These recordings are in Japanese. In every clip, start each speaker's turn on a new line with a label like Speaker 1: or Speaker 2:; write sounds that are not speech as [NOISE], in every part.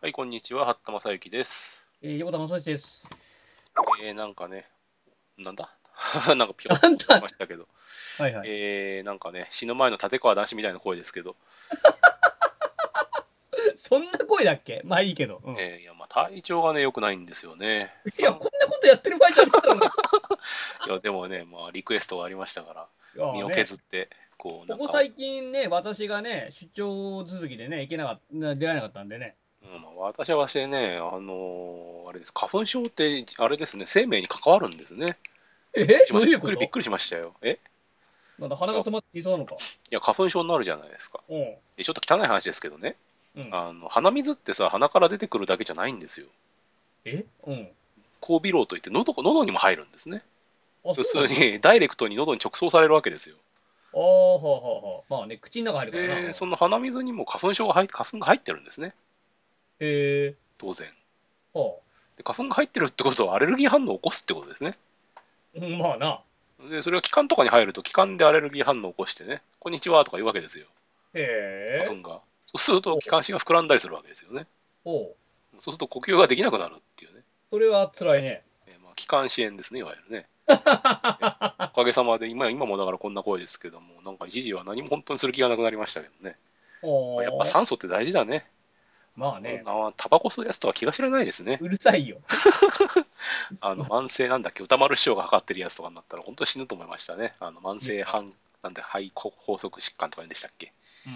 Speaker 1: はい、こんにちは、八田正幸です。
Speaker 2: えー、横田正義です。
Speaker 1: えー、なんかね、なんだ [LAUGHS] なんかピョン
Speaker 2: なん
Speaker 1: とし
Speaker 2: だ
Speaker 1: ましたけど、
Speaker 2: はいはい。
Speaker 1: えー、なんかね、死ぬ前の立川男子みたいな声ですけど、
Speaker 2: そんな声だっけまあいいけど。うん
Speaker 1: えー、いや、まあ、体調がね、良くないんですよね。
Speaker 2: [LAUGHS] いや、こんなことやってる場合じゃないだろう
Speaker 1: いや、でもね、まあ、リクエストがありましたか
Speaker 2: いや
Speaker 1: ら、[LAUGHS]
Speaker 2: ー
Speaker 1: 身を
Speaker 2: ね
Speaker 1: 削って、こう、な
Speaker 2: こ
Speaker 1: んか、
Speaker 2: こ最近ね、私がね、出張続きでね、行けなかった、な出会えなかったんでね。
Speaker 1: うんまあ、私はしてね、あのーあれです、花粉症って、あれですね、生命に関わるんですね。
Speaker 2: えどういうこ
Speaker 1: びっくりびっ
Speaker 2: と
Speaker 1: くりしましたよ。え
Speaker 2: まだ鼻が詰まっていそうなのか。
Speaker 1: いや、花粉症になるじゃないですか。
Speaker 2: うん。
Speaker 1: で、ちょっと汚い話ですけどね、
Speaker 2: うん、
Speaker 1: あの鼻水ってさ、鼻から出てくるだけじゃないんですよ。
Speaker 2: えうん。
Speaker 1: 後鼻漏といって喉、喉にも入るんですね。
Speaker 2: あ、
Speaker 1: 要す
Speaker 2: そう
Speaker 1: る
Speaker 2: なの
Speaker 1: に、ダイレクトに喉に直送されるわけですよ。
Speaker 2: あーはあはあはあ。まあね、口の中入るからな。
Speaker 1: で、その鼻水にも花粉症が入っ花粉が入ってるんですね、
Speaker 2: へえ
Speaker 1: 当然。
Speaker 2: ー。は
Speaker 1: で花粉が入ってるってことは、アレルギー反応を起こすってことですね。
Speaker 2: あ。うんまあな。
Speaker 1: で、それが気管とかに入ると、気管でアレルギー反応を起こしてね、こんにちはとか言うわけですよ、
Speaker 2: へえ
Speaker 1: 花
Speaker 2: ー。
Speaker 1: 粉が。そうすると、気管支が膨らんだりするわけですよね。
Speaker 2: おう。
Speaker 1: そうすると、呼吸ができなくなるっていうね。
Speaker 2: それは辛いね。
Speaker 1: えーまあ、気管支炎ですね、いわゆ [LAUGHS] るね。おかげさまで今、今もだからこんな声ですけども、なんか一時は何も本当にする気がなくなりましたけどね。
Speaker 2: お
Speaker 1: やっぱ酸素って大事だね。
Speaker 2: まあね。
Speaker 1: なタバコ吸うやつとは気が知れないですね。
Speaker 2: うるさいよ。
Speaker 1: あの慢性なんだっけ、歌丸師匠が測ってるやつとかになったら、本当に死ぬと思いましたね。あの慢性反、なんで肺拘束疾患とかでしたっけ。
Speaker 2: う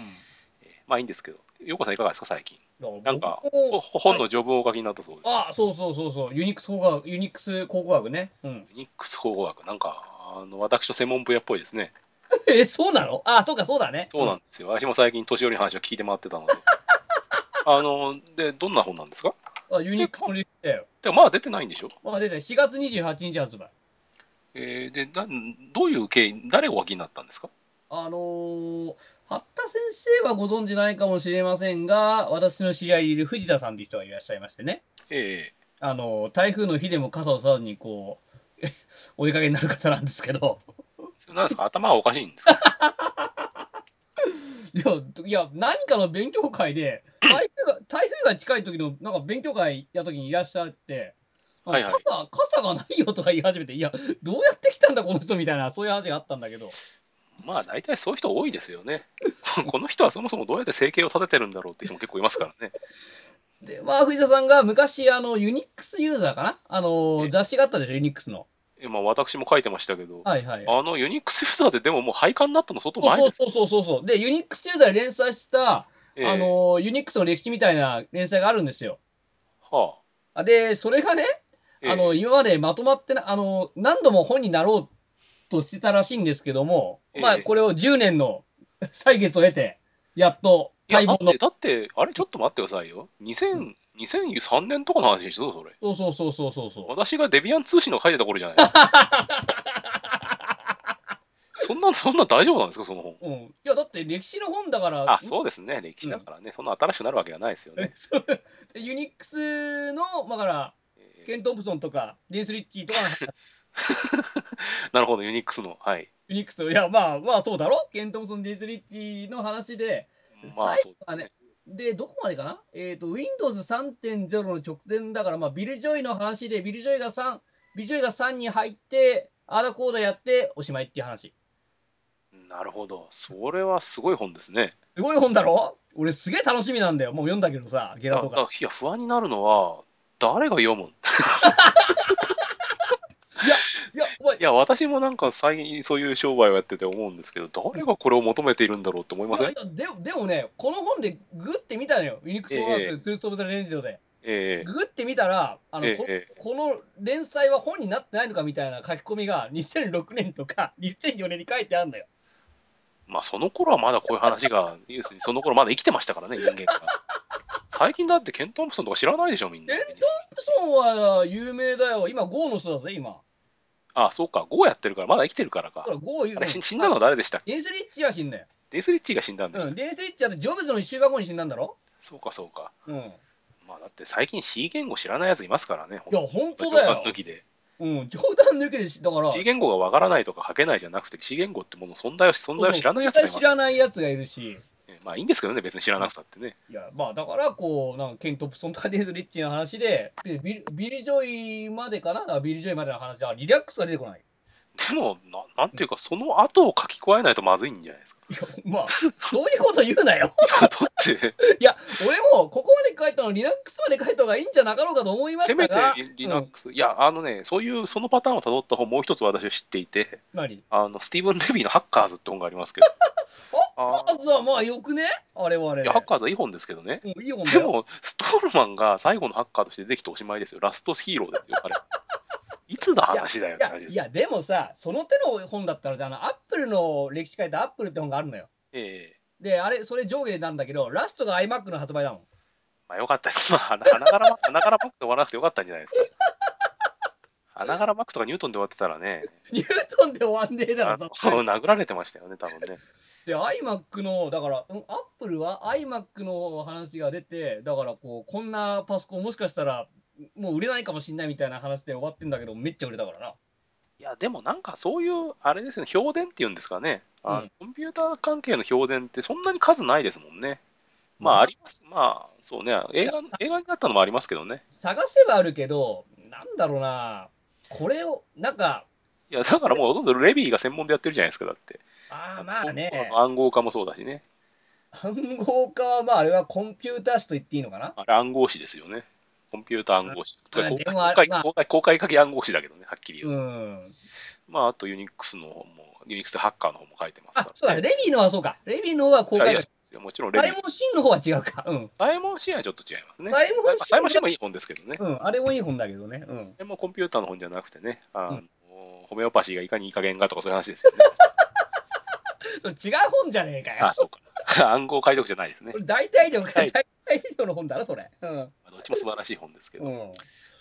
Speaker 1: えーまあいいんですけど、陽子さん、いかがですか、最近。
Speaker 2: ん。
Speaker 1: なんか
Speaker 2: 僕も
Speaker 1: ほ本の序文をお書きになったそうです。
Speaker 2: あそうそうそうそう、ユニックス考古学、ユニックス考古学ね。うん。
Speaker 1: ユニックス考古学、なんか、あの私と専門分野っぽいですね。
Speaker 2: [LAUGHS] え、そうなのあそうか、そうだね。
Speaker 1: そうなんですよ。私も最近、年寄りの話を聞いて回ってた
Speaker 2: [LAUGHS]
Speaker 1: ので。あの、で、どんな本なんですか
Speaker 2: あユニックスの歴史だよ。
Speaker 1: でもまあ出てないんでしょ、
Speaker 2: まあ、出て4月28日発売。
Speaker 1: えーでなん、どういう経緯、誰がお書きになったんですか
Speaker 2: あのー、八田先生はご存知ないかもしれませんが、私の知り合いいる藤田さんという人がいらっしゃいましてね。
Speaker 1: ええ
Speaker 2: あのー台風の日でも傘をさらにこう、 [LAUGHS] お出かけになる方なんですけど。
Speaker 1: それなんですか頭がおかしいんですか
Speaker 2: いや、いや何かの勉強会で、台風
Speaker 1: [CLEARS THROAT]
Speaker 2: が台風が近い時のなんか勉強会やった時にいらっしゃって、
Speaker 1: はいはい
Speaker 2: 傘傘がないよとか言い始めて、いや、どうやって来たんだ、この人みたいな、そういう話があったんだけど、
Speaker 1: まあ大体そういう人多いですよ
Speaker 2: [LAUGHS]
Speaker 1: ね。この人はそもそもどうやって生計を立ててるんだろうって人も結構いますからね。
Speaker 2: でまあ、藤田さんが昔、あのユニックスユーザーかな、あ
Speaker 1: ええ
Speaker 2: の雑誌があったでしょ、ユニックスの。
Speaker 1: えまあ私も書いてましたけど、
Speaker 2: はいはい。
Speaker 1: あのユニックスユーザーってでももう廃刊になったの相当前
Speaker 2: そう
Speaker 1: です
Speaker 2: そうそうそうそう。で、ユニックスユーザーで連載した、
Speaker 1: ええ
Speaker 2: あのユニックスの歴史みたいな連載があるんですよ。
Speaker 1: は
Speaker 2: あで、それがね、
Speaker 1: あええ
Speaker 2: あの今までまとまってなあの何度も本になろうとしてたらしいんですけども、
Speaker 1: ええ
Speaker 2: まあ、これを10年の [LAUGHS] 歳月を経て、やっと
Speaker 1: いや
Speaker 2: 待
Speaker 1: だっ
Speaker 2: 望の
Speaker 1: て、。だって、あれちょっと待ってくださいよ。2000 2003年とかの話でしょ、それ。
Speaker 2: そうそうそうそうそうそう。
Speaker 1: 私がデビアン通信の書いてた頃
Speaker 2: [LAUGHS]
Speaker 1: じゃないですか。そんな、そんな大丈夫なんですか、その本。
Speaker 2: うん、いやだって歴史の本だから、
Speaker 1: あ、そうですね。歴史だからね。そんな新しくなるわけがないですよね。
Speaker 2: [LAUGHS] そうユニックスの、まあだから、
Speaker 1: え
Speaker 2: ケン・トンプソンとか、デンス・リッチーとかの、
Speaker 1: ーなるほど、ユニックスの。はい。
Speaker 2: ユニックス、いや、まあまあそうだろ、ケン・トンプソン、デンス・リッチーの話で、
Speaker 1: まあ、
Speaker 2: 最
Speaker 1: そう
Speaker 2: 後はね、で、どこまでかなえっ、と、Windows3.0 の直前だから、まあ、ビル・ジョイの話で、ビル・ジョイが3、ビル・ジョイが3に入って、アーダコーダやって、おしまいっていう話。
Speaker 1: なるほど。それはすごい本ですね。
Speaker 2: すごい本だろ俺すげえ楽しみなんだよ。もう読んだけどさ、ゲ
Speaker 1: だ
Speaker 2: ラ
Speaker 1: だ
Speaker 2: と
Speaker 1: から
Speaker 2: か。
Speaker 1: いや、不安になるのは、誰が読むん [LAUGHS] い
Speaker 2: いや、お前、
Speaker 1: や、私もなんか最近そういう商売をやってて思うんですけど、誰がこれを求めているんだろうって思いません、
Speaker 2: いやでもでもね、この本でグって見たのよ。ユニックス・オー
Speaker 1: ええ
Speaker 2: ートゥースト・オブ・ザ・レンジドで。
Speaker 1: ええ
Speaker 2: グって見たら、あの、
Speaker 1: ええ
Speaker 2: こ
Speaker 1: え
Speaker 2: この連載は本になってないのかみたいな書き込みが2006年とか2004年に書いてあるんだよ。
Speaker 1: まあ、その頃はまだこういう話が、要するにその頃まだ生きてましたから
Speaker 2: [LAUGHS]
Speaker 1: ね、人間が。最近だってケン・トンプソンとか知らないでしょ、みんな
Speaker 2: ケ。ントンプソンは有名だよ。今、ゴーの人だぜ、今。
Speaker 1: あそうか、ゴーやってるから、まだ生きてるからか
Speaker 2: ほ。ら、ゴー言う
Speaker 1: あれ、し死んだのは誰でしたっけ
Speaker 2: デンス・リッチは死んだよ。
Speaker 1: デイス・リッチーが死んだんでし
Speaker 2: う
Speaker 1: た。
Speaker 2: ん、デンス・リッチはジョブズの1週間後に死んだんだろ
Speaker 1: そうか、そうか。
Speaker 2: うん。い
Speaker 1: まあ、だって最近 C 言語知らないやついますからね、
Speaker 2: や、
Speaker 1: 本
Speaker 2: 本
Speaker 1: 当
Speaker 2: 当だ
Speaker 1: 冗
Speaker 2: よ
Speaker 1: 談。抜きで。
Speaker 2: うん、冗談抜けでし、だから、
Speaker 1: C 言語がわからないとか書けないじゃなくて、C 言語ってものの存在を存在を知らないやつがいま
Speaker 2: 絶対
Speaker 1: す
Speaker 2: 知。らないやつがいるし、
Speaker 1: えねまあいいんですけどね、別に知らなくたってね。
Speaker 2: いや、まあだから、こう、なんかケン・トンプソンとかデイズ・リッチの話で、でビルビリ・ジョイまでかな、だからビリ・ジョイまでの話で、あリラックスが出てこない。
Speaker 1: でも、ななんていうか、その後を書き加えないとまずいんじゃないですか。 [LAUGHS]
Speaker 2: いや、まあ、そういうこと言うなよ。 [LAUGHS]
Speaker 1: いやだって、
Speaker 2: いや、俺もここまで書いたの、リラックスまで書いた方がいいんじゃなかろうかと思いま
Speaker 1: せ
Speaker 2: した
Speaker 1: めて
Speaker 2: が、
Speaker 1: リリナックス、いや、あのね、そういう、そのパターンをたどった本、もう一つ私は知っていて、
Speaker 2: 何
Speaker 1: あのスティーブン・レビーのハッカーズって本があり [LAUGHS] ますけど、あ
Speaker 2: まずはまあよくねあれはあれ
Speaker 1: い
Speaker 2: で
Speaker 1: やハッ。カーズはいい本ですけどね。
Speaker 2: うん、いいよ、ほんだ
Speaker 1: で
Speaker 2: よ。
Speaker 1: も、ストールマンが最後のハッカーとしてできておしまいですよ。ラストヒーローですよ、 [LAUGHS] あれ。いつの話だよっ
Speaker 2: い
Speaker 1: て
Speaker 2: や、
Speaker 1: 話で
Speaker 2: い
Speaker 1: すよ。
Speaker 2: やでもさ、その手の本だったらさ、あの、アップルの歴史書いたアップルって本があるのよ。
Speaker 1: ええ
Speaker 2: で、あれ、それ上下なんだけど、ラストが iMac の発売だもん。 [LAUGHS]
Speaker 1: まあよかった [LAUGHS] です。まあ、花花柄マ花柄マックで終わらなくてよかったんじゃないですか。 [LAUGHS] 花柄マックとかニュートンで終わってたらね、
Speaker 2: ニュートンで終わんねえだろ、
Speaker 1: あ
Speaker 2: さ
Speaker 1: の [LAUGHS]
Speaker 2: すがに
Speaker 1: 殴られてましたよね、多分ね。
Speaker 2: で、iMac の、だから、うん、アップルは iMac の話が出て、だからこう、こんなパソコンもしかしたら、もう売れないかもしんないみたいな話で終わってんだけど、めっちゃ売れたからな。
Speaker 1: いや、でもなんかそういう、あれですよね、評伝っていうんですかね。あの
Speaker 2: うん
Speaker 1: コンピューター関係の評伝ってそんなに数ないですもんね。まあ、あります。まあ、そうね、映画、映画になったのもありますけどね。
Speaker 2: 探せばあるけど、なんだろうな、これを、なんか、
Speaker 1: いや、だからもうほとんどレビーが専門でやってるじゃないですか、だって。
Speaker 2: ああ、まあね、
Speaker 1: 暗号化もそうだしね。
Speaker 2: 暗号化は、まあ、あれはコンピューター誌と言っていいのかな
Speaker 1: あれ暗号詞ですよね。コンピューター暗号詞。
Speaker 2: あ
Speaker 1: 公
Speaker 2: でもあ
Speaker 1: 開
Speaker 2: まあ
Speaker 1: 公開公開鍵暗号詞だけどね、はっきり言
Speaker 2: う
Speaker 1: うと。
Speaker 2: ん。
Speaker 1: まあ、あとユニックスの方も、ユニックスでハッカーの方も書いてます
Speaker 2: あ
Speaker 1: か、
Speaker 2: そう
Speaker 1: ら
Speaker 2: だ、
Speaker 1: ね、
Speaker 2: レビーのはそうか。レビーのは公
Speaker 1: いやいや
Speaker 2: 開が。
Speaker 1: そうですよもちろんレビ
Speaker 2: サイ
Speaker 1: ー。
Speaker 2: モン・シンの方は違うか。うん。
Speaker 1: サイモンシーンはちょっと違いますね。
Speaker 2: サイモン
Speaker 1: まあサイモンシ
Speaker 2: シ
Speaker 1: ー
Speaker 2: ン
Speaker 1: ンもいい本ですけどね。
Speaker 2: うん、あれもいい本だけどね。うん。
Speaker 1: でもコンピューターの本じゃなくてね、あの
Speaker 2: う
Speaker 1: ホメオパシーがいかにいい加減かとかそういう話ですよね。
Speaker 2: [LAUGHS] それ違う本じゃねえかよ
Speaker 1: あ、。そうか。 [LAUGHS] 暗号解読じゃないですね
Speaker 2: こ。れ大体量か、
Speaker 1: はい
Speaker 2: 大体量の本だろ、それ。うん。
Speaker 1: まあどっちも素晴らしい本ですけど。
Speaker 2: うん、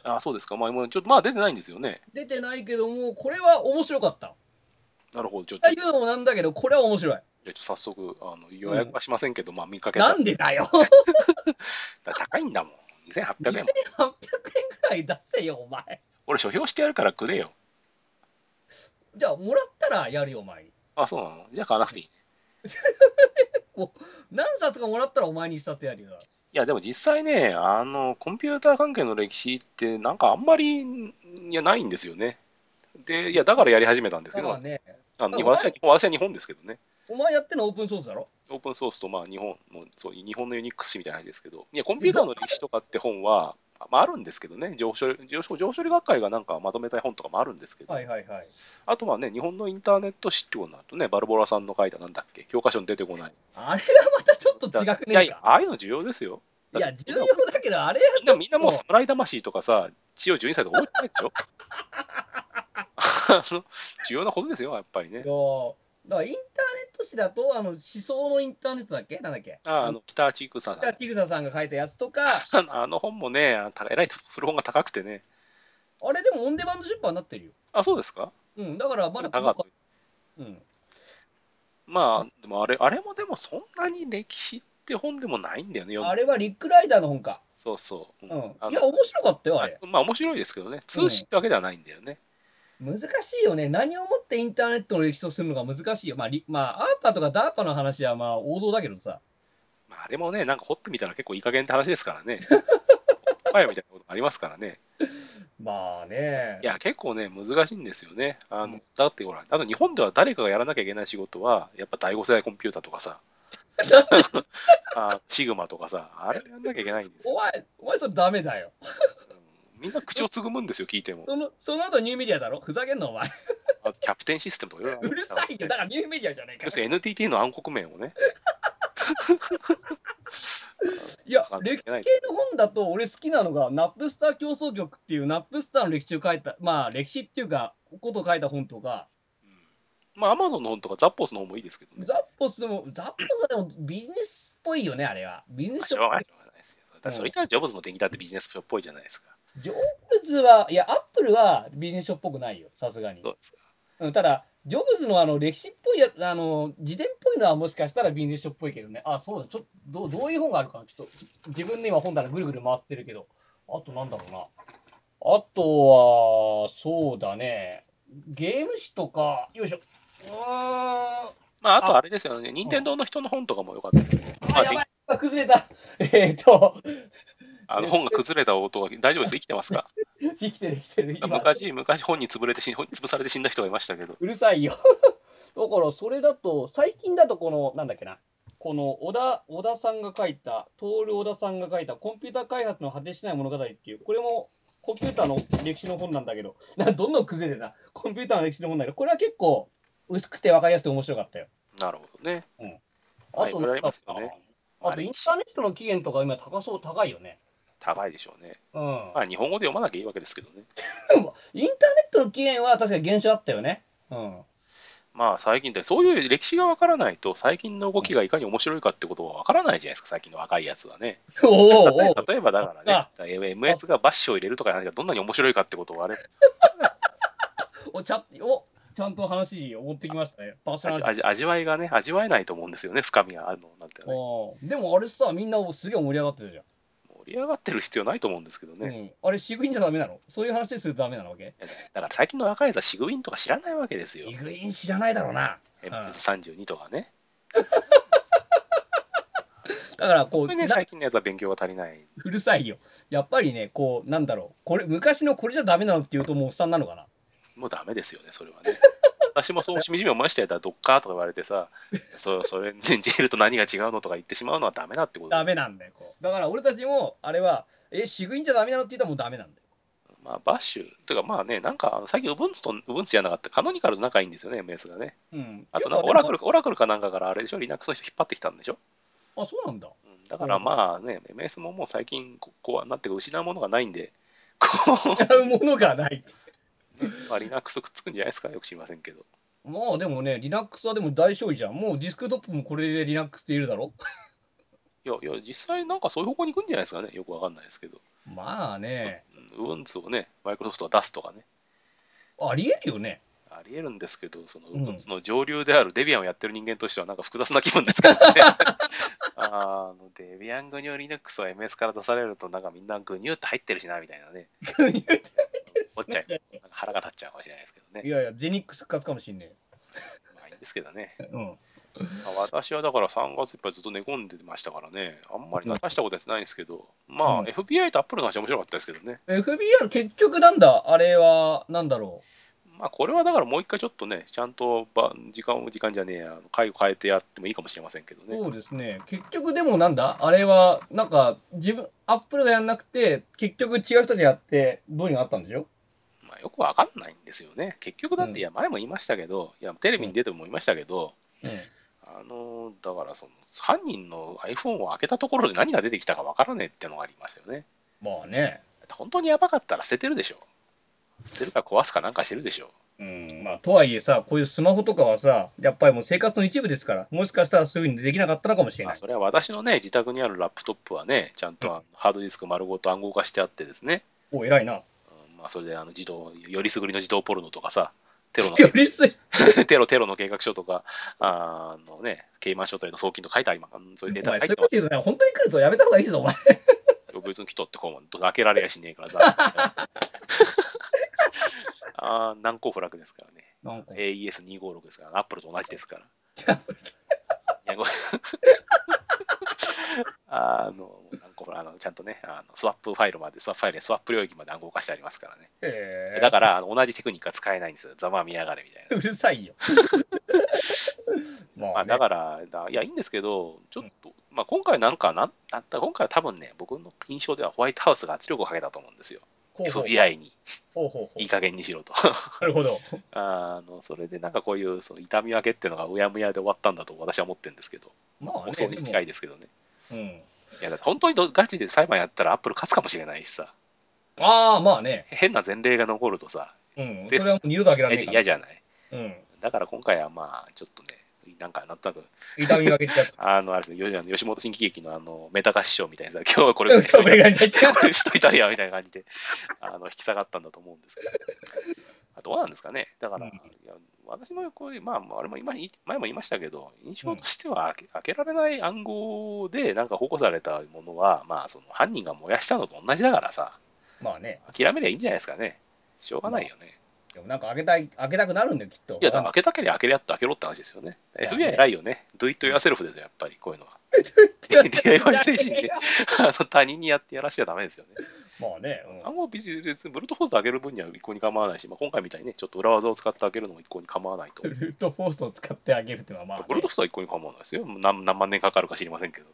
Speaker 1: あ、そうですか。まあ、もうちょっとまあ出てないんですよね。
Speaker 2: 出てないけども、これは面白かった。
Speaker 1: なるほど。ちょっと
Speaker 2: ああいうのもなんだけど、これは面白
Speaker 1: じ
Speaker 2: い。
Speaker 1: ゃあちょっと早速あの予約はしませんけど、まあ見かけた
Speaker 2: な
Speaker 1: ら
Speaker 2: んでだよ。
Speaker 1: 高いんだもん2800
Speaker 2: 2800
Speaker 1: 円も
Speaker 2: 円ぐらい出せよ、お前。
Speaker 1: 俺書評してやるからくれよ
Speaker 2: じゃあ、もらったらやるよ、お前に。
Speaker 1: あそうなのじゃあ買わなくていい、
Speaker 2: 何冊かもらったらお前に一冊やるよ。
Speaker 1: いやでも実際ねあのコンピューター関係の歴史ってなんかあんまりいやないんですよねでいやだからやり始めたんです
Speaker 2: だ
Speaker 1: け
Speaker 2: か
Speaker 1: ど
Speaker 2: らね、
Speaker 1: あの
Speaker 2: あ
Speaker 1: 日本私は日本私は日本ですけどね
Speaker 2: お前やってんのオープンソースだろ
Speaker 1: オープンソースとまあ日本のそう日本のユニックスみたいな話ですけどいやコンピューターの歴史とかって本はまあ、あるんですけどね上昇上昇上昇理学会がなんかまとめたい本とかもあるんですけど、
Speaker 2: はいはいはい。
Speaker 1: あとはね、日本のインターネット史ってことになるとね、バルボラさんの書いたなんだっけ、教科書に出てこない。
Speaker 2: あれがまたちょっと違く
Speaker 1: いや
Speaker 2: ねえ
Speaker 1: いや
Speaker 2: か。、
Speaker 1: ああいうの重要ですよ。
Speaker 2: い
Speaker 1: だ
Speaker 2: や、
Speaker 1: って
Speaker 2: 重要だけど、あれは
Speaker 1: みんなみんなもう侍魂とかさ、千代12歳とか覚えてないでしょ [LAUGHS] あの重要なことですよ、やっぱりね
Speaker 2: い。やだからインターネット誌だと、あの思想のインターネットだっけなんだっけ
Speaker 1: ああの北千草さん。
Speaker 2: 北千草さんが書いたやつとか、
Speaker 1: あのあの本もね、あたえらい古本が高くてね。
Speaker 2: あれでもオンデマンド出版になってるよ。
Speaker 1: あ、そうですか
Speaker 2: うん、だからまだ
Speaker 1: 高く
Speaker 2: うん、
Speaker 1: まあ、でもあれあれもでもそんなに歴史って本でもないんだよね、読む
Speaker 2: あれはリックライダーの本か。
Speaker 1: そうそう。
Speaker 2: うん、い
Speaker 1: あの
Speaker 2: や、面白かったよ、あれ。
Speaker 1: まあ面白いですけどね、通史ってわけではないんだよね。
Speaker 2: 難しいよね。何をもってインターネットの歴史とするのが難しいよ。まあ、リまあ、アーパとかダーパの話はまあ王道だけどさ。
Speaker 1: まあ、あれもね、なんか掘ってみたら結構いい加減って話です
Speaker 2: [LAUGHS]
Speaker 1: からね。パイみたいなこともありますからね。
Speaker 2: まあね。
Speaker 1: いや、結構ね、難しいんですよね。あ
Speaker 2: う
Speaker 1: の
Speaker 2: ん
Speaker 1: だってほら、あと日本では誰かがやらなきゃいけない仕事は、やっぱ第5世代コンピューターとか
Speaker 2: [LAUGHS]
Speaker 1: さ、あシグマとかさ、あれやんなきゃいけないんですよ。
Speaker 2: お前、お前それダメだよ。
Speaker 1: うんみんな口をつぐむんですよ、聞いても。
Speaker 2: その、その後ニューメディアだろふざけんな、お前。
Speaker 1: あとキャプテンシステムとかいろいろあ
Speaker 2: う
Speaker 1: りま
Speaker 2: る
Speaker 1: すか
Speaker 2: さ
Speaker 1: ら
Speaker 2: いよ。だからニューメディアじゃねえか
Speaker 1: 要す。るに NTT の暗黒面をね、
Speaker 2: いや
Speaker 1: わ、かんない
Speaker 2: 歴史系の本だと俺好きなのが、ナップスター競争局っていうナップスターの歴史を書いた、まあ歴史っていうか、ことを書いた本とか、
Speaker 1: うんまあ、アマゾンの本とかザッポスの本もいいですけどね。
Speaker 2: ザッポスも、ザッポスはでもビジネスっぽいよね、あれは。ビジネ
Speaker 1: まあ
Speaker 2: ス
Speaker 1: し
Speaker 2: 書
Speaker 1: ょうがない、しょうがないですよ。だってそれ言ったらジョブズの電気だってビジネス書っぽいじゃないですか。
Speaker 2: ジョブズは、いや、アップルはビジネス書っぽくないよ、さすがに
Speaker 1: そ。うですか。
Speaker 2: うん、ただ、ジョブズのあの歴史っぽいやつ、あの、自伝っぽいのはもしかしたらビジネス書っぽいけどね。あ、そうだ、ちょっと、どうどういう本があるかな。ちょっと、自分で今本棚ぐるぐる回ってるけど。あとなんだろうな。あとは、そうだね。ゲーム誌とか、よいしょ。うーん。
Speaker 1: まあ、あとあれですよね、任天堂の人の本とかも良かったですね。ま
Speaker 2: あ、
Speaker 1: あ
Speaker 2: やばい、あ崩れた。 [LAUGHS] えーっと、
Speaker 1: あの本が崩れた音が大丈夫です、生きてます [LAUGHS] か
Speaker 2: 生きてる生きてる。今、
Speaker 1: 昔、昔本に潰れて死ん潰されて死んだ人がいましたけど、
Speaker 2: うるさいよ。 [LAUGHS] だから、それだと、最近だと、この、なんだっけな、この小田小田さんが書いた、徹小田さんが書いた、コンピューター開発の果てしない物語っていう、これもコンピューターの歴史の本なんだけど、 [LAUGHS] などんどん崩れてるな、コンピューターの歴史の本だけど、これは結構薄くて分かりやすくて面白かったよ。
Speaker 1: なるほどね。
Speaker 2: あ
Speaker 1: はい
Speaker 2: と、
Speaker 1: いろいろありますよね
Speaker 2: あと、インターネットの期限とか今高そう、高いよね。
Speaker 1: 高いでしょうね。
Speaker 2: うん。
Speaker 1: まあ、日本語で読まなきゃいいわけですけどね。
Speaker 2: インターネットの期限は確かに減少あったよね。
Speaker 1: [LAUGHS]
Speaker 2: うん。
Speaker 1: まあ、最近って、そういう歴史がわからないと、最近の動きがいかに面白いかってことはわからないじゃないですか、最近の若いやつはね。
Speaker 2: おおお
Speaker 1: 例 [LAUGHS] え
Speaker 2: お。
Speaker 1: 例えばだからね
Speaker 2: あ、
Speaker 1: MS がバッシュを入れるとかいう話がどんなに面白いかってことをあれ、
Speaker 2: おちゃおちゃんと話を持ってきましたね。場所の
Speaker 1: 味味
Speaker 2: 話
Speaker 1: 味わいがね、味わえないと思うんですよね、深みがあるのなんてね。
Speaker 2: おーでもあれさ、みんなすげえ盛り上がってるじゃん。
Speaker 1: 盛り上がってる必要ないと思うんですけどね。
Speaker 2: うん、あれ、飼育員じゃダメなのそういう話するとダメなのわけ
Speaker 1: だから最近の若いやつはシグウィンとか知らないわけですよ
Speaker 2: 飼。育員知らないだろうな。うん
Speaker 1: MS32 とかね。
Speaker 2: だからこ
Speaker 1: こ
Speaker 2: う、
Speaker 1: れね、
Speaker 2: な
Speaker 1: 最近のやつは勉強が足りない。
Speaker 2: うるさいよ。やっぱりね、こう、なんだろう。これ、昔のこれじゃダメなのって言うともうおっさんなのかな。
Speaker 1: もうダメですよね、それはね。私もそうしみじみ思いしたやつはどっかとか言われて
Speaker 2: [LAUGHS]
Speaker 1: さ、そうそれ、ジェルと何が違うのとか言ってしまうのはダメだってことです
Speaker 2: ダメなんだよ。こうだから俺たちも、あれは、え、飼育員じゃダメなのって言ったらもうダメなんだよ。
Speaker 1: まあ、バッシュ、というかまあね、なんかあの最近、ウブンツと、ウブンツじゃなかった、カノニカルと仲いいんですよね、MS がね。
Speaker 2: うん。
Speaker 1: あとなんか、オラクル、オラクルかなんかからあれでしょ、Linux の人引っ張ってきたんでしょ。
Speaker 2: あ、そうなんだ。 [LAUGHS]
Speaker 1: うんだからまあね、MS ももう最近、ここは、なんていうか、失うものがないんで、こう、
Speaker 2: 使うものがない。
Speaker 1: まあ、Linux くっつくんじゃないですか、よく知りませんけど。
Speaker 2: まあでもね、Linux はでも大勝利じゃん。もうディスクトップもこれで Linux って言えるだろ
Speaker 1: いや、いや、実際なんかそういう方向に行くんじゃないですかね、よくわかんないですけど。
Speaker 2: ま
Speaker 1: [LAUGHS]
Speaker 2: あね、
Speaker 1: うん、ウンツをね、マイクロソフトが出すとかね、
Speaker 2: ありえるよね。
Speaker 1: ありえるんですけど、その、
Speaker 2: うん
Speaker 1: ウンツの上流であるデビアンをやってる人間としては、なんか複雑な気分ですけど
Speaker 2: [LAUGHS]
Speaker 1: ね。あのデビアングニュー Linux を MS から出されると、なんかみんなグニューって入ってるしな、みたいなね、
Speaker 2: 言うて
Speaker 1: 思っちゃう。なんか腹が立っちゃうかもしれないですけど
Speaker 2: い
Speaker 1: ね。
Speaker 2: やいや、ゼニックス復活かもしんね
Speaker 1: まあいいんですけどね。
Speaker 2: え。うん。
Speaker 1: まあ私はだから3月いっぱいずっと寝込んでましたからね、あんまり大したことやってないんですけど、ま
Speaker 2: う
Speaker 1: あ
Speaker 2: ん
Speaker 1: FBI と Apple の話面白かったですけどね。
Speaker 2: FBR 結局なんだあれは、なんだろ
Speaker 1: まあ、これはだからもう一回ちょっとね、ちゃんとば時間を時間じゃねえや、回を変えてやってもいいかもしれませんけど
Speaker 2: う。
Speaker 1: ね。
Speaker 2: そうですね。結局でもなんだあれは、なんか、自分、アップルがやんなくて、結局違う人たちがやって、どうにかなったんでしょ
Speaker 1: まあ、よくわかんないんですよね。結局だって、
Speaker 2: うん
Speaker 1: いや、前も言いましたけど、いや、テレビに出ても言いましたけど、
Speaker 2: うん。
Speaker 1: あのーだからその、犯人の iPhone を開けたところで何が出てきたかわからねえってのがありましたよね。
Speaker 2: まあね。
Speaker 1: だって本当にやばかったら捨ててるでしょ。捨てるか壊すかなんかしてるでしょ。
Speaker 2: うん、まあ、とはいえさ、こういうスマホとかはさ、やっぱりもう生活の一部ですから、もしかしたらそういうふうにできなかったのかもしれ
Speaker 1: ま
Speaker 2: な
Speaker 1: あ、
Speaker 2: い。
Speaker 1: それは私のね、自宅にあるラップトップはね、ちゃんとあのハードディスク丸ごと暗号化してあってですね、
Speaker 2: お、偉いな。
Speaker 1: うんまあ、それであの自動、よりすぐりの自動ポルノとかさ、テロの
Speaker 2: [LAUGHS] よりすぎ。
Speaker 1: テロテロの計画書とか、あーあのね、刑満諸島への送金とか書いてあります。そういうデー
Speaker 2: お
Speaker 1: タが
Speaker 2: 前、
Speaker 1: 入
Speaker 2: そう
Speaker 1: っ
Speaker 2: いう
Speaker 1: てま
Speaker 2: こと言うとね、本当に来るぞ。やめた方がいいぞ、お前。
Speaker 1: すよ。別に来とってこうもん、開けられやしねえからさ。
Speaker 2: [LAUGHS]
Speaker 1: あー難攻不落ですからね。
Speaker 2: なんか
Speaker 1: AES256 ですから、アップルと同じですから。
Speaker 2: [LAUGHS]
Speaker 1: いやごめん [LAUGHS] あの、難攻不落あのちゃんとねあの、スワップファイルまで、スワップファイルでスワップ領域まで暗号化してありますからね。
Speaker 2: えー
Speaker 1: だから、あの同じテクニックは使えないんですよ。ざま見やがれみたいな。
Speaker 2: うるさいよ。ま
Speaker 1: [LAUGHS] ま
Speaker 2: あ、
Speaker 1: あ、
Speaker 2: ね
Speaker 1: だ、からだ、いや、いいんですけど、ちょっと、まあ、今回なんかなん、なんだ今回は多分ね、僕の印象ではホワイトハウスが圧力をかけたと思うんですよ。
Speaker 2: ほうほう
Speaker 1: FBI に、
Speaker 2: ほうほうほう
Speaker 1: いい加減にしろと。 [LAUGHS]
Speaker 2: なるほど。
Speaker 1: あのそれでなんかこういうその痛み分けっていうのがうやむやで終わったんだと私は思ってるんですけど、
Speaker 2: まあ、ね、
Speaker 1: そうに近
Speaker 2: い。
Speaker 1: いですけどね。
Speaker 2: うん、
Speaker 1: いや、だって本当にどガチで裁判やったらアップル勝つかもしれないしさ、
Speaker 2: ああ、まあね。
Speaker 1: 変な前例が残るとさ、
Speaker 2: うん。そ
Speaker 1: ぜ
Speaker 2: れはもう二度と諦め
Speaker 1: 嫌
Speaker 2: な
Speaker 1: じゃ
Speaker 2: いから
Speaker 1: 嫌。じゃない。
Speaker 2: うん。
Speaker 1: だから今回はまあ、ちょっとね、なんかなんとなく、。
Speaker 2: 痛み分けってやつ
Speaker 1: あの、あれですねよあの吉本新喜劇のあの、メタ合唱みたいなさ、今日はこれぐらいにしとい
Speaker 2: [LAUGHS] こ
Speaker 1: て
Speaker 2: れが大事
Speaker 1: こ [LAUGHS] れしといたらやみたいな感じであの引き下がったんだと思うんですけど、あどうなんですかね、だから、
Speaker 2: うん
Speaker 1: いや私もこれ、まあ、まああれも今前も言いましたけど、印象としては開け開けられない暗号でなんか保護されたものは、まあ、その犯人が燃やしたのと同じだからさ、
Speaker 2: まあね。
Speaker 1: 諦めりゃいいんじゃないですかね、しょうがないよね。
Speaker 2: でもなんか開けたい、開けたくなるんだよ、きっと。
Speaker 1: いや、だ
Speaker 2: [LAUGHS]
Speaker 1: から開けたけりゃ開けりゃって開けろって話ですよね。
Speaker 2: いや
Speaker 1: FBI 偉いよね。Do it yourself ですよ、やっぱりこういうのは。 [LAUGHS]
Speaker 2: [LAUGHS] わかんない
Speaker 1: DIY 精神であの他人にやってやらしちゃダメですよね。
Speaker 2: まあね、うん
Speaker 1: あんま別に別にブルートフォースで開ける分には一向に構わないし、まあ、今回みたいにね、ちょっと裏技を使って開けるのも一向に構わないと。
Speaker 2: ルートフォースを使ってあげるっていうのはまあ、ね、
Speaker 1: ブルートフォースは一向に構わないですよ。もう何何万年かかるか知りませんけど。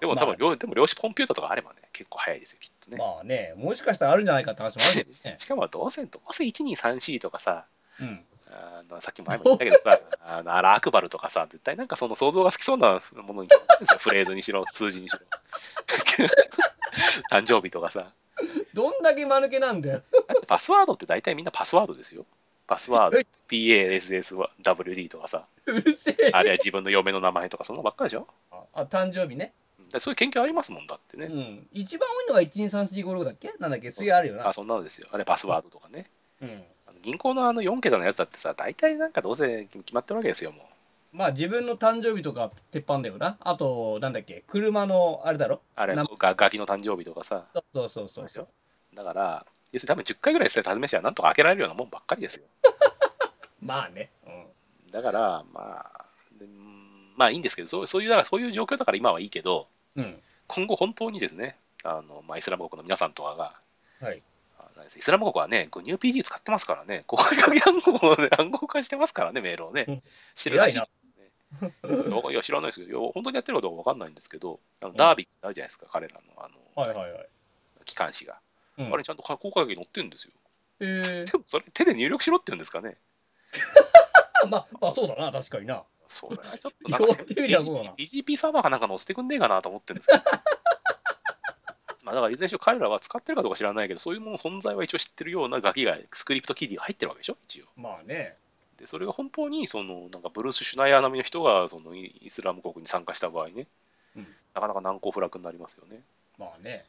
Speaker 1: でも多
Speaker 2: ま
Speaker 1: 分
Speaker 2: あ
Speaker 1: 量、でも量子コンピューターとかあればね、結構早いですよ、きっとね。。
Speaker 2: まあね、もしかしたらあるんじゃないかって話もあるけどね
Speaker 1: しかもどうせ、どうせ1234とか
Speaker 2: [LAUGHS]
Speaker 1: さ、
Speaker 2: うん。
Speaker 1: あのさっき前も言ったけどさ、あのアラ・アクバルとかさ、絶対なんかその想像がつきそうなものに決まってるんですよ、フレーズにしろ、 [LAUGHS] 数字にしろ。 [LAUGHS] 誕生日とかさ。
Speaker 2: どんだけ間抜けなんだよ。 [LAUGHS]
Speaker 1: だってパスワードって大体みんなパスワードですよ。パスワード
Speaker 2: え、
Speaker 1: PASSWD とかさ、
Speaker 2: うるせえ。
Speaker 1: あるいは自分の嫁の名前とか、そんなばっかりでしょ。
Speaker 2: あ、誕生日ね。
Speaker 1: だからそういう研究ありますもんだって
Speaker 2: う
Speaker 1: ね。
Speaker 2: ん。一番多いのが12345だっけなんだっけ水曜あるよな
Speaker 1: あ。そんなのですよ。あれ、パスワードとかね。
Speaker 2: うん。
Speaker 1: あの銀行のあの4桁のやつだってさ、大体なんかどうせ決まってるわけですよ、もう。
Speaker 2: まあ自分の誕生日とか鉄板だよな。あと、なんだっけ車のあれだろ
Speaker 1: あれ、
Speaker 2: なん
Speaker 1: ガガキの誕生日とかさ。
Speaker 2: そうそうそうそう。
Speaker 1: だから、要するに多分10回ぐらいですね、試しはなんとか開けられるようなもんばっかりですよ。
Speaker 2: まあね。うん。
Speaker 1: だから、まあ、でうんまあいいんですけど、そうそういうだからそういう状況だから今はいいけど、
Speaker 2: うん。
Speaker 1: 今後本当にですね、あのまあ、イスラム国の皆さんとかが、
Speaker 2: はい。
Speaker 1: あのイスラム国はね、グニュー PG 使ってますからね、公開鍵暗号をね [LAUGHS] 暗号化してますからね、メールを
Speaker 2: う
Speaker 1: ね
Speaker 2: ん。
Speaker 1: 知るらしいですね。いや、知らないですけど、いや本当にやってるかどうかわかんないんですけど、あの
Speaker 2: ん
Speaker 1: ダービーってあるじゃないですか、彼らのあの
Speaker 2: はいはいはい。
Speaker 1: 機関紙が。
Speaker 2: うん
Speaker 1: あれ、ちゃんと公開鍵載ってるんですよ。
Speaker 2: えー [LAUGHS]
Speaker 1: でも、それ手で入力しろって言うんですかね。
Speaker 2: あまあ、まあそうだな、確かにな。
Speaker 1: それはちょっと
Speaker 2: 言
Speaker 1: な
Speaker 2: わ
Speaker 1: んか
Speaker 2: れ [LAUGHS] てみりゃそうだな
Speaker 1: BGP サーバーかなんか載せてくんねえかなと思ってるんですけど。 [LAUGHS] まあだからいずれにしろ彼らは使ってるかどうか知らないけど、そういうものの存在は一応知ってるようなガキが、スクリプトキーが入ってるわけでしょ、一応。
Speaker 2: まあね。
Speaker 1: で、それが本当に、その、なんかブルース・シュナイアー並みの人が、その、イイスラム国に参加した場合ね
Speaker 2: うん、
Speaker 1: なかなか難攻不落になりますよね。
Speaker 2: まあね。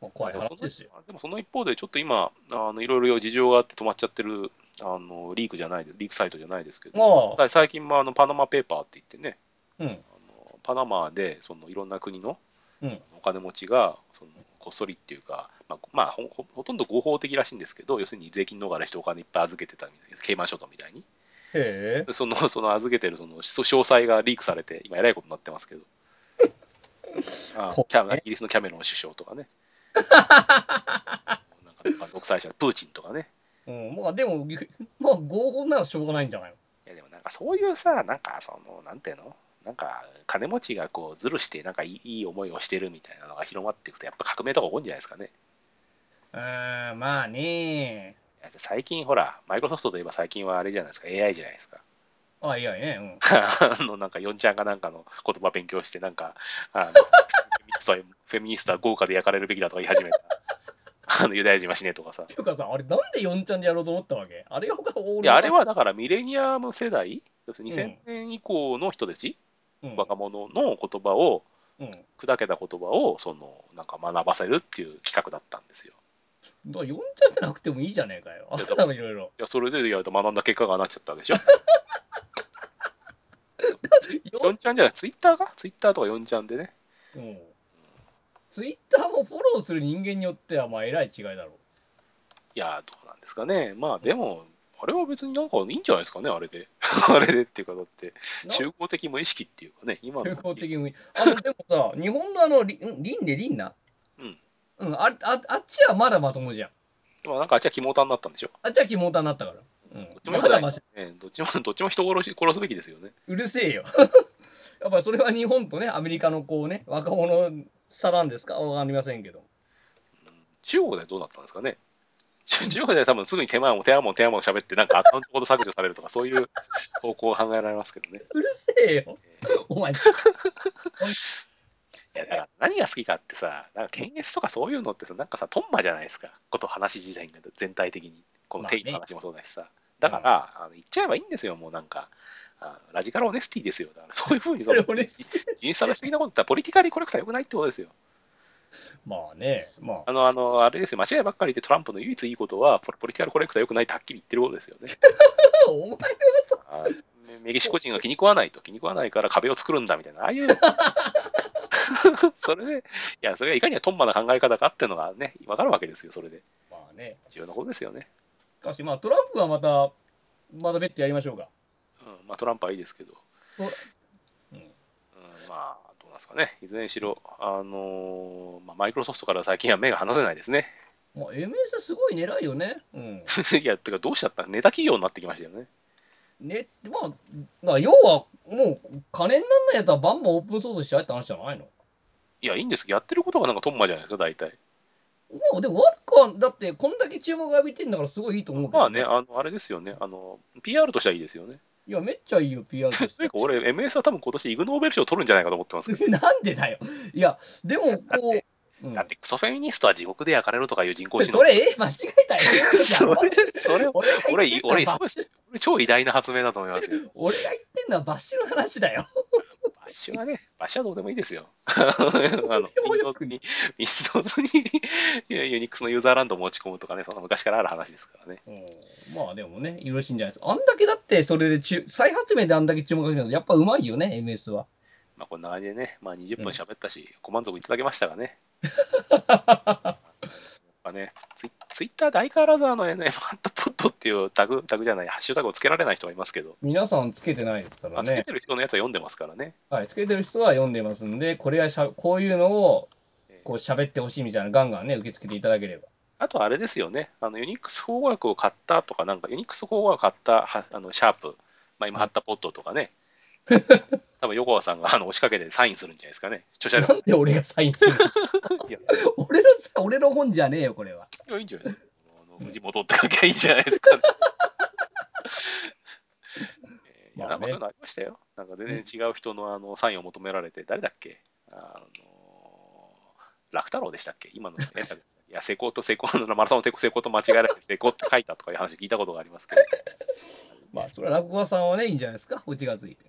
Speaker 2: まあ、怖い
Speaker 1: でも
Speaker 2: 話
Speaker 1: その
Speaker 2: ですよ。
Speaker 1: でもその一方で、ちょっと今、あのいろいろ事情があって止まっちゃってる、あのリークじゃないです、リークサイトじゃないですけど、
Speaker 2: ああ。
Speaker 1: 最近もあのパナマペーパーって言ってね、
Speaker 2: うん。
Speaker 1: あのパナマでそのいろんな国の
Speaker 2: うん。
Speaker 1: お金持ちがそのこっそりっていうか、まあまあほほほとんど合法的らしいんですけど要するに税金逃れしてお金いっぱい預けてたみたいですケイマン諸島みたいに
Speaker 2: へえ。
Speaker 1: その [LAUGHS] その預けてるそのそ詳細がリークされて今えらいことになってます
Speaker 2: [LAUGHS]
Speaker 1: けどあ
Speaker 2: こ
Speaker 1: キャイギリスのキャメロン首相とか
Speaker 2: [LAUGHS]
Speaker 1: ねなんかまあ独裁者プーチンとかね
Speaker 2: うん。まあでも、 [LAUGHS] まあ合法ならしょうがないんじゃないの
Speaker 1: いやでもなんかそういうさ、なんかその、なんていうのなんか金持ちがこうずるして、なんかいいいい思いをしてるみたいなのが広まっていくと、やっぱ革命とか起こるんじゃないですかね。
Speaker 2: うーん、まあね。
Speaker 1: だって最近ほら、マイクロソフトといえば最近はあれじゃないですか、AI じゃないですか。 [LAUGHS]
Speaker 2: あ、いやいや [LAUGHS] ね。
Speaker 1: あの、なんか、ヨンちゃんがなんかの言葉勉強して、なんか、あの [LAUGHS] フェミニストは豪華で焼かれるべきだとか言い始めた。 [LAUGHS] あのユダヤ人は死ねとかさ。
Speaker 2: うん。ていうかさ、あれなんで4ちゃんでやろうと思ったわけあれが他オー
Speaker 1: いや、あれ、はだからミレニアム世代、要するに
Speaker 2: う
Speaker 1: 2000
Speaker 2: ん
Speaker 1: 年以降の人たち、
Speaker 2: うん。
Speaker 1: 若者の言葉を、
Speaker 2: うん。だか
Speaker 1: 砕けた言葉をそのなんか学ばせるっていう企画だったんですよ。
Speaker 2: ら4ちゃんじゃなくてもいいじゃねえかよ。 [LAUGHS] あ
Speaker 1: いや
Speaker 2: ったのいろいろ。
Speaker 1: いやそれでいや学んだ結果がああなっちゃったわ
Speaker 2: [LAUGHS]
Speaker 1: けでしょ。
Speaker 2: よ
Speaker 1: 4ちゃんじゃない、ツイッターがツイッターとか4ちゃんでね。
Speaker 2: うん。ツイッターもフォローする人間によっては、まあ、えらい違いだろ
Speaker 1: いや、どうなんですかね。まあでも、あれは別になんかいいんじゃないですかね、あれで。 [LAUGHS] あれでっていうか、だって、
Speaker 2: う。な
Speaker 1: 中高的無意識っていうかね、 [LAUGHS] 今の。
Speaker 2: 中高的に。あの、でもさ、 [LAUGHS] 日本のあの、りん輪廻輪な。
Speaker 1: うん。
Speaker 2: うん、あああっちはまだまともじゃん。
Speaker 1: でもなんかあっちは肝タになったんでしょ。
Speaker 2: あっちは肝太になったから。
Speaker 1: どっち
Speaker 2: うん、
Speaker 1: も
Speaker 2: ま
Speaker 1: 良くな
Speaker 2: だ
Speaker 1: いで
Speaker 2: ますし、
Speaker 1: ね。どっちも、どっちも人殺し殺すべきですよね。
Speaker 2: うるせえよ。 [LAUGHS] やっぱりそれは日本とね、アメリカのこうね、若者差なんですかわかりませんけど。
Speaker 1: うん中国でどうなったんですかね。 [LAUGHS] 中中国で多分すぐに手間も手間も手間も喋って、なんかアカウントごと削除されるとか、そういう方向を考えられますけどね。
Speaker 2: うるせえよ。お
Speaker 1: [LAUGHS]
Speaker 2: 前、
Speaker 1: いやだから何が好きかってさ、なんか検閲とかそういうのってさ、なんかさ、トンマじゃないですか、こと話自体が全体的に、この
Speaker 2: まあ
Speaker 1: 定
Speaker 2: ね
Speaker 1: 義の話もそうだしさ、だから、あの言っちゃえばいいんですよ、もうなんか、あラジカルオネスティですよ、だからそういうふうにそ
Speaker 2: [LAUGHS] そ
Speaker 1: の
Speaker 2: れ
Speaker 1: 人
Speaker 2: 俺、
Speaker 1: 種差別的なこと言ったら、ポリティカリーコレクターよくないってことですよ。
Speaker 2: まあね、
Speaker 1: [LAUGHS]
Speaker 2: まあ、
Speaker 1: あの、あの、あれですよ、間違いばっかりでトランプの唯一いいことは、ポポリティカルコレクターよくないってはっきり言ってることですよね。
Speaker 2: お前はそ
Speaker 1: あメメキシコ人が気に食わないと気に食わないから壁を作るんだみたいな、ああいう、それで、いや、それがいかにはトンマな考え方かっていうのがね、わかるわけですよ、それで。
Speaker 2: まあね、
Speaker 1: 重要なことですよね。
Speaker 2: かし、まあ、トランプはまた、また別途やりましょうか。
Speaker 1: うんまあ、トランプはいいですけど、
Speaker 2: そう
Speaker 1: うん、まあ、どうなんですかね、いずれにしろ、あのーまあ、マイクロソフトから最近は目が離せないですね。 [LAUGHS]
Speaker 2: まあ、MS すごい狙いよね。うん。
Speaker 1: いや、てか、どうしちゃったネタ企業になってきましたよね。
Speaker 2: ね、まあ、まあ、要は、もう、金になんないやつはバンバンオープンソースしちゃえって話じゃないの
Speaker 1: いや、いいんですけど、やってることがなんかトンマじゃないですか、大体。
Speaker 2: まあ、でも悪くは、だって、こんだけ注目が浴びてんだから、すごいいいと思うけど、
Speaker 1: まあね、あのあれですよねあの、PR としてはいいですよね。
Speaker 2: いや、めっちゃいいよ、PR とし
Speaker 1: [LAUGHS] とい
Speaker 2: て
Speaker 1: うか、。俺、MS は多分今年イグノーベル賞取るんじゃないかと思ってますけ
Speaker 2: [LAUGHS] なんでだよ。いや、でも、こう、うん
Speaker 1: ど、だってクソフェミニストは地獄で焼かれろとかいう人工知能
Speaker 2: そ。れ、え、間違えたよ。
Speaker 1: それ、それ、
Speaker 2: 俺が
Speaker 1: 俺
Speaker 2: 言って、んの
Speaker 1: 俺、
Speaker 2: は
Speaker 1: それ俺超偉大な発明だと思いますよ。
Speaker 2: [LAUGHS] 俺が言ってんのはバッシュの話だよ。
Speaker 1: バッシュはね、バッシュはどうでもいい
Speaker 2: [LAUGHS]
Speaker 1: ですよ。あの
Speaker 2: どうでもよ
Speaker 1: Windows に、Windows にいや Unix のユーザーランドを持ち込むとかね、そんな昔からある話ですからね。
Speaker 2: うんまあでもね、よろしいんじゃないですか。あんだけだって、それで注再発明であんだけ注目がるのやっぱうまいよね、MS は。
Speaker 1: まあ、こんな感じでね、まあ、20分喋ったし、ご満足いただけましたが
Speaker 2: [LAUGHS]
Speaker 1: ね。やっぱね、ツイツイッターで相変わらずあの、ね、マットポットっていうタグタグじゃない、ハッシュタグをつけられない人がいますけど、
Speaker 2: 皆さんつけてないですから
Speaker 1: あつけ
Speaker 2: ね。
Speaker 1: てる人のやつは読んでますからね。
Speaker 2: はい、つけてる人は読んでますんで、これはしゃこういうのをこう喋ってほしいみたいな、ガンガンね、受け付けていただければ。
Speaker 1: あとあれですよね、あのユニックス法学を買ったとか、なんかユニックス法学を買ったはあのシャープ、まあ、今貼ったポットとか
Speaker 2: [LAUGHS]
Speaker 1: ね、多分横川さんがあの押しかけてサインするんじゃないですかね、著者
Speaker 2: な [LAUGHS]
Speaker 1: 力。
Speaker 2: んで俺がサインするの [LAUGHS]
Speaker 1: いや、
Speaker 2: 俺のさ、俺の本じゃねえよ、これは。
Speaker 1: いやいいんじゃないですか。あの藤本って書きゃいいんじゃないです [LAUGHS] か、えーいや
Speaker 2: ま
Speaker 1: な
Speaker 2: あね
Speaker 1: んかそういうのありましたよ。なんか全然違う人のあのサインを求められて、誰だっけあの楽太郎でしたっけ今のえなんかいや、成功と成功のマラソンの成功成功と間違えられて成功って書いたとかいう話聞いたことがありますけど。
Speaker 2: まあ、それは落語家さんはね、いいんじゃないですか、落ちがついて。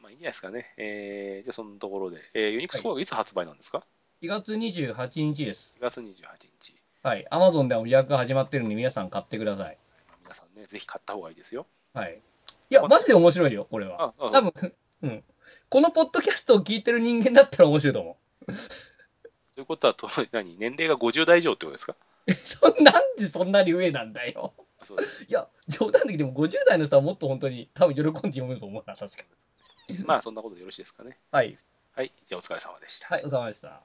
Speaker 1: まあいいんじゃないですかね。えーじゃあそのところで、えーユニックス4がいつ発売なんですか、
Speaker 2: 4月28日です。
Speaker 1: ?4 月28日。
Speaker 2: はい、Amazon では予約が始まってるんで、皆さん買ってください。
Speaker 1: 皆さんね、ぜひ買った方がいいですよ。
Speaker 2: はい。いや、マジで面白いよ、これは。
Speaker 1: あ、あ
Speaker 2: 多分、うん。このポッドキャストを聞いてる人間だったら面白いと思
Speaker 1: ということはと、何年齢が50代以上ってことですか
Speaker 2: う。 [LAUGHS] そんなんでそんなに上なんだよ。
Speaker 1: あそうです。
Speaker 2: いや、冗談的にでも50代の人はもっと本当に多分喜んで読むと思うな、確かに。
Speaker 1: まあ、そんなことでよろしいですかね。
Speaker 2: はい。
Speaker 1: はい。じゃあ、お疲れ様でした。
Speaker 2: はい、お疲れ様でした。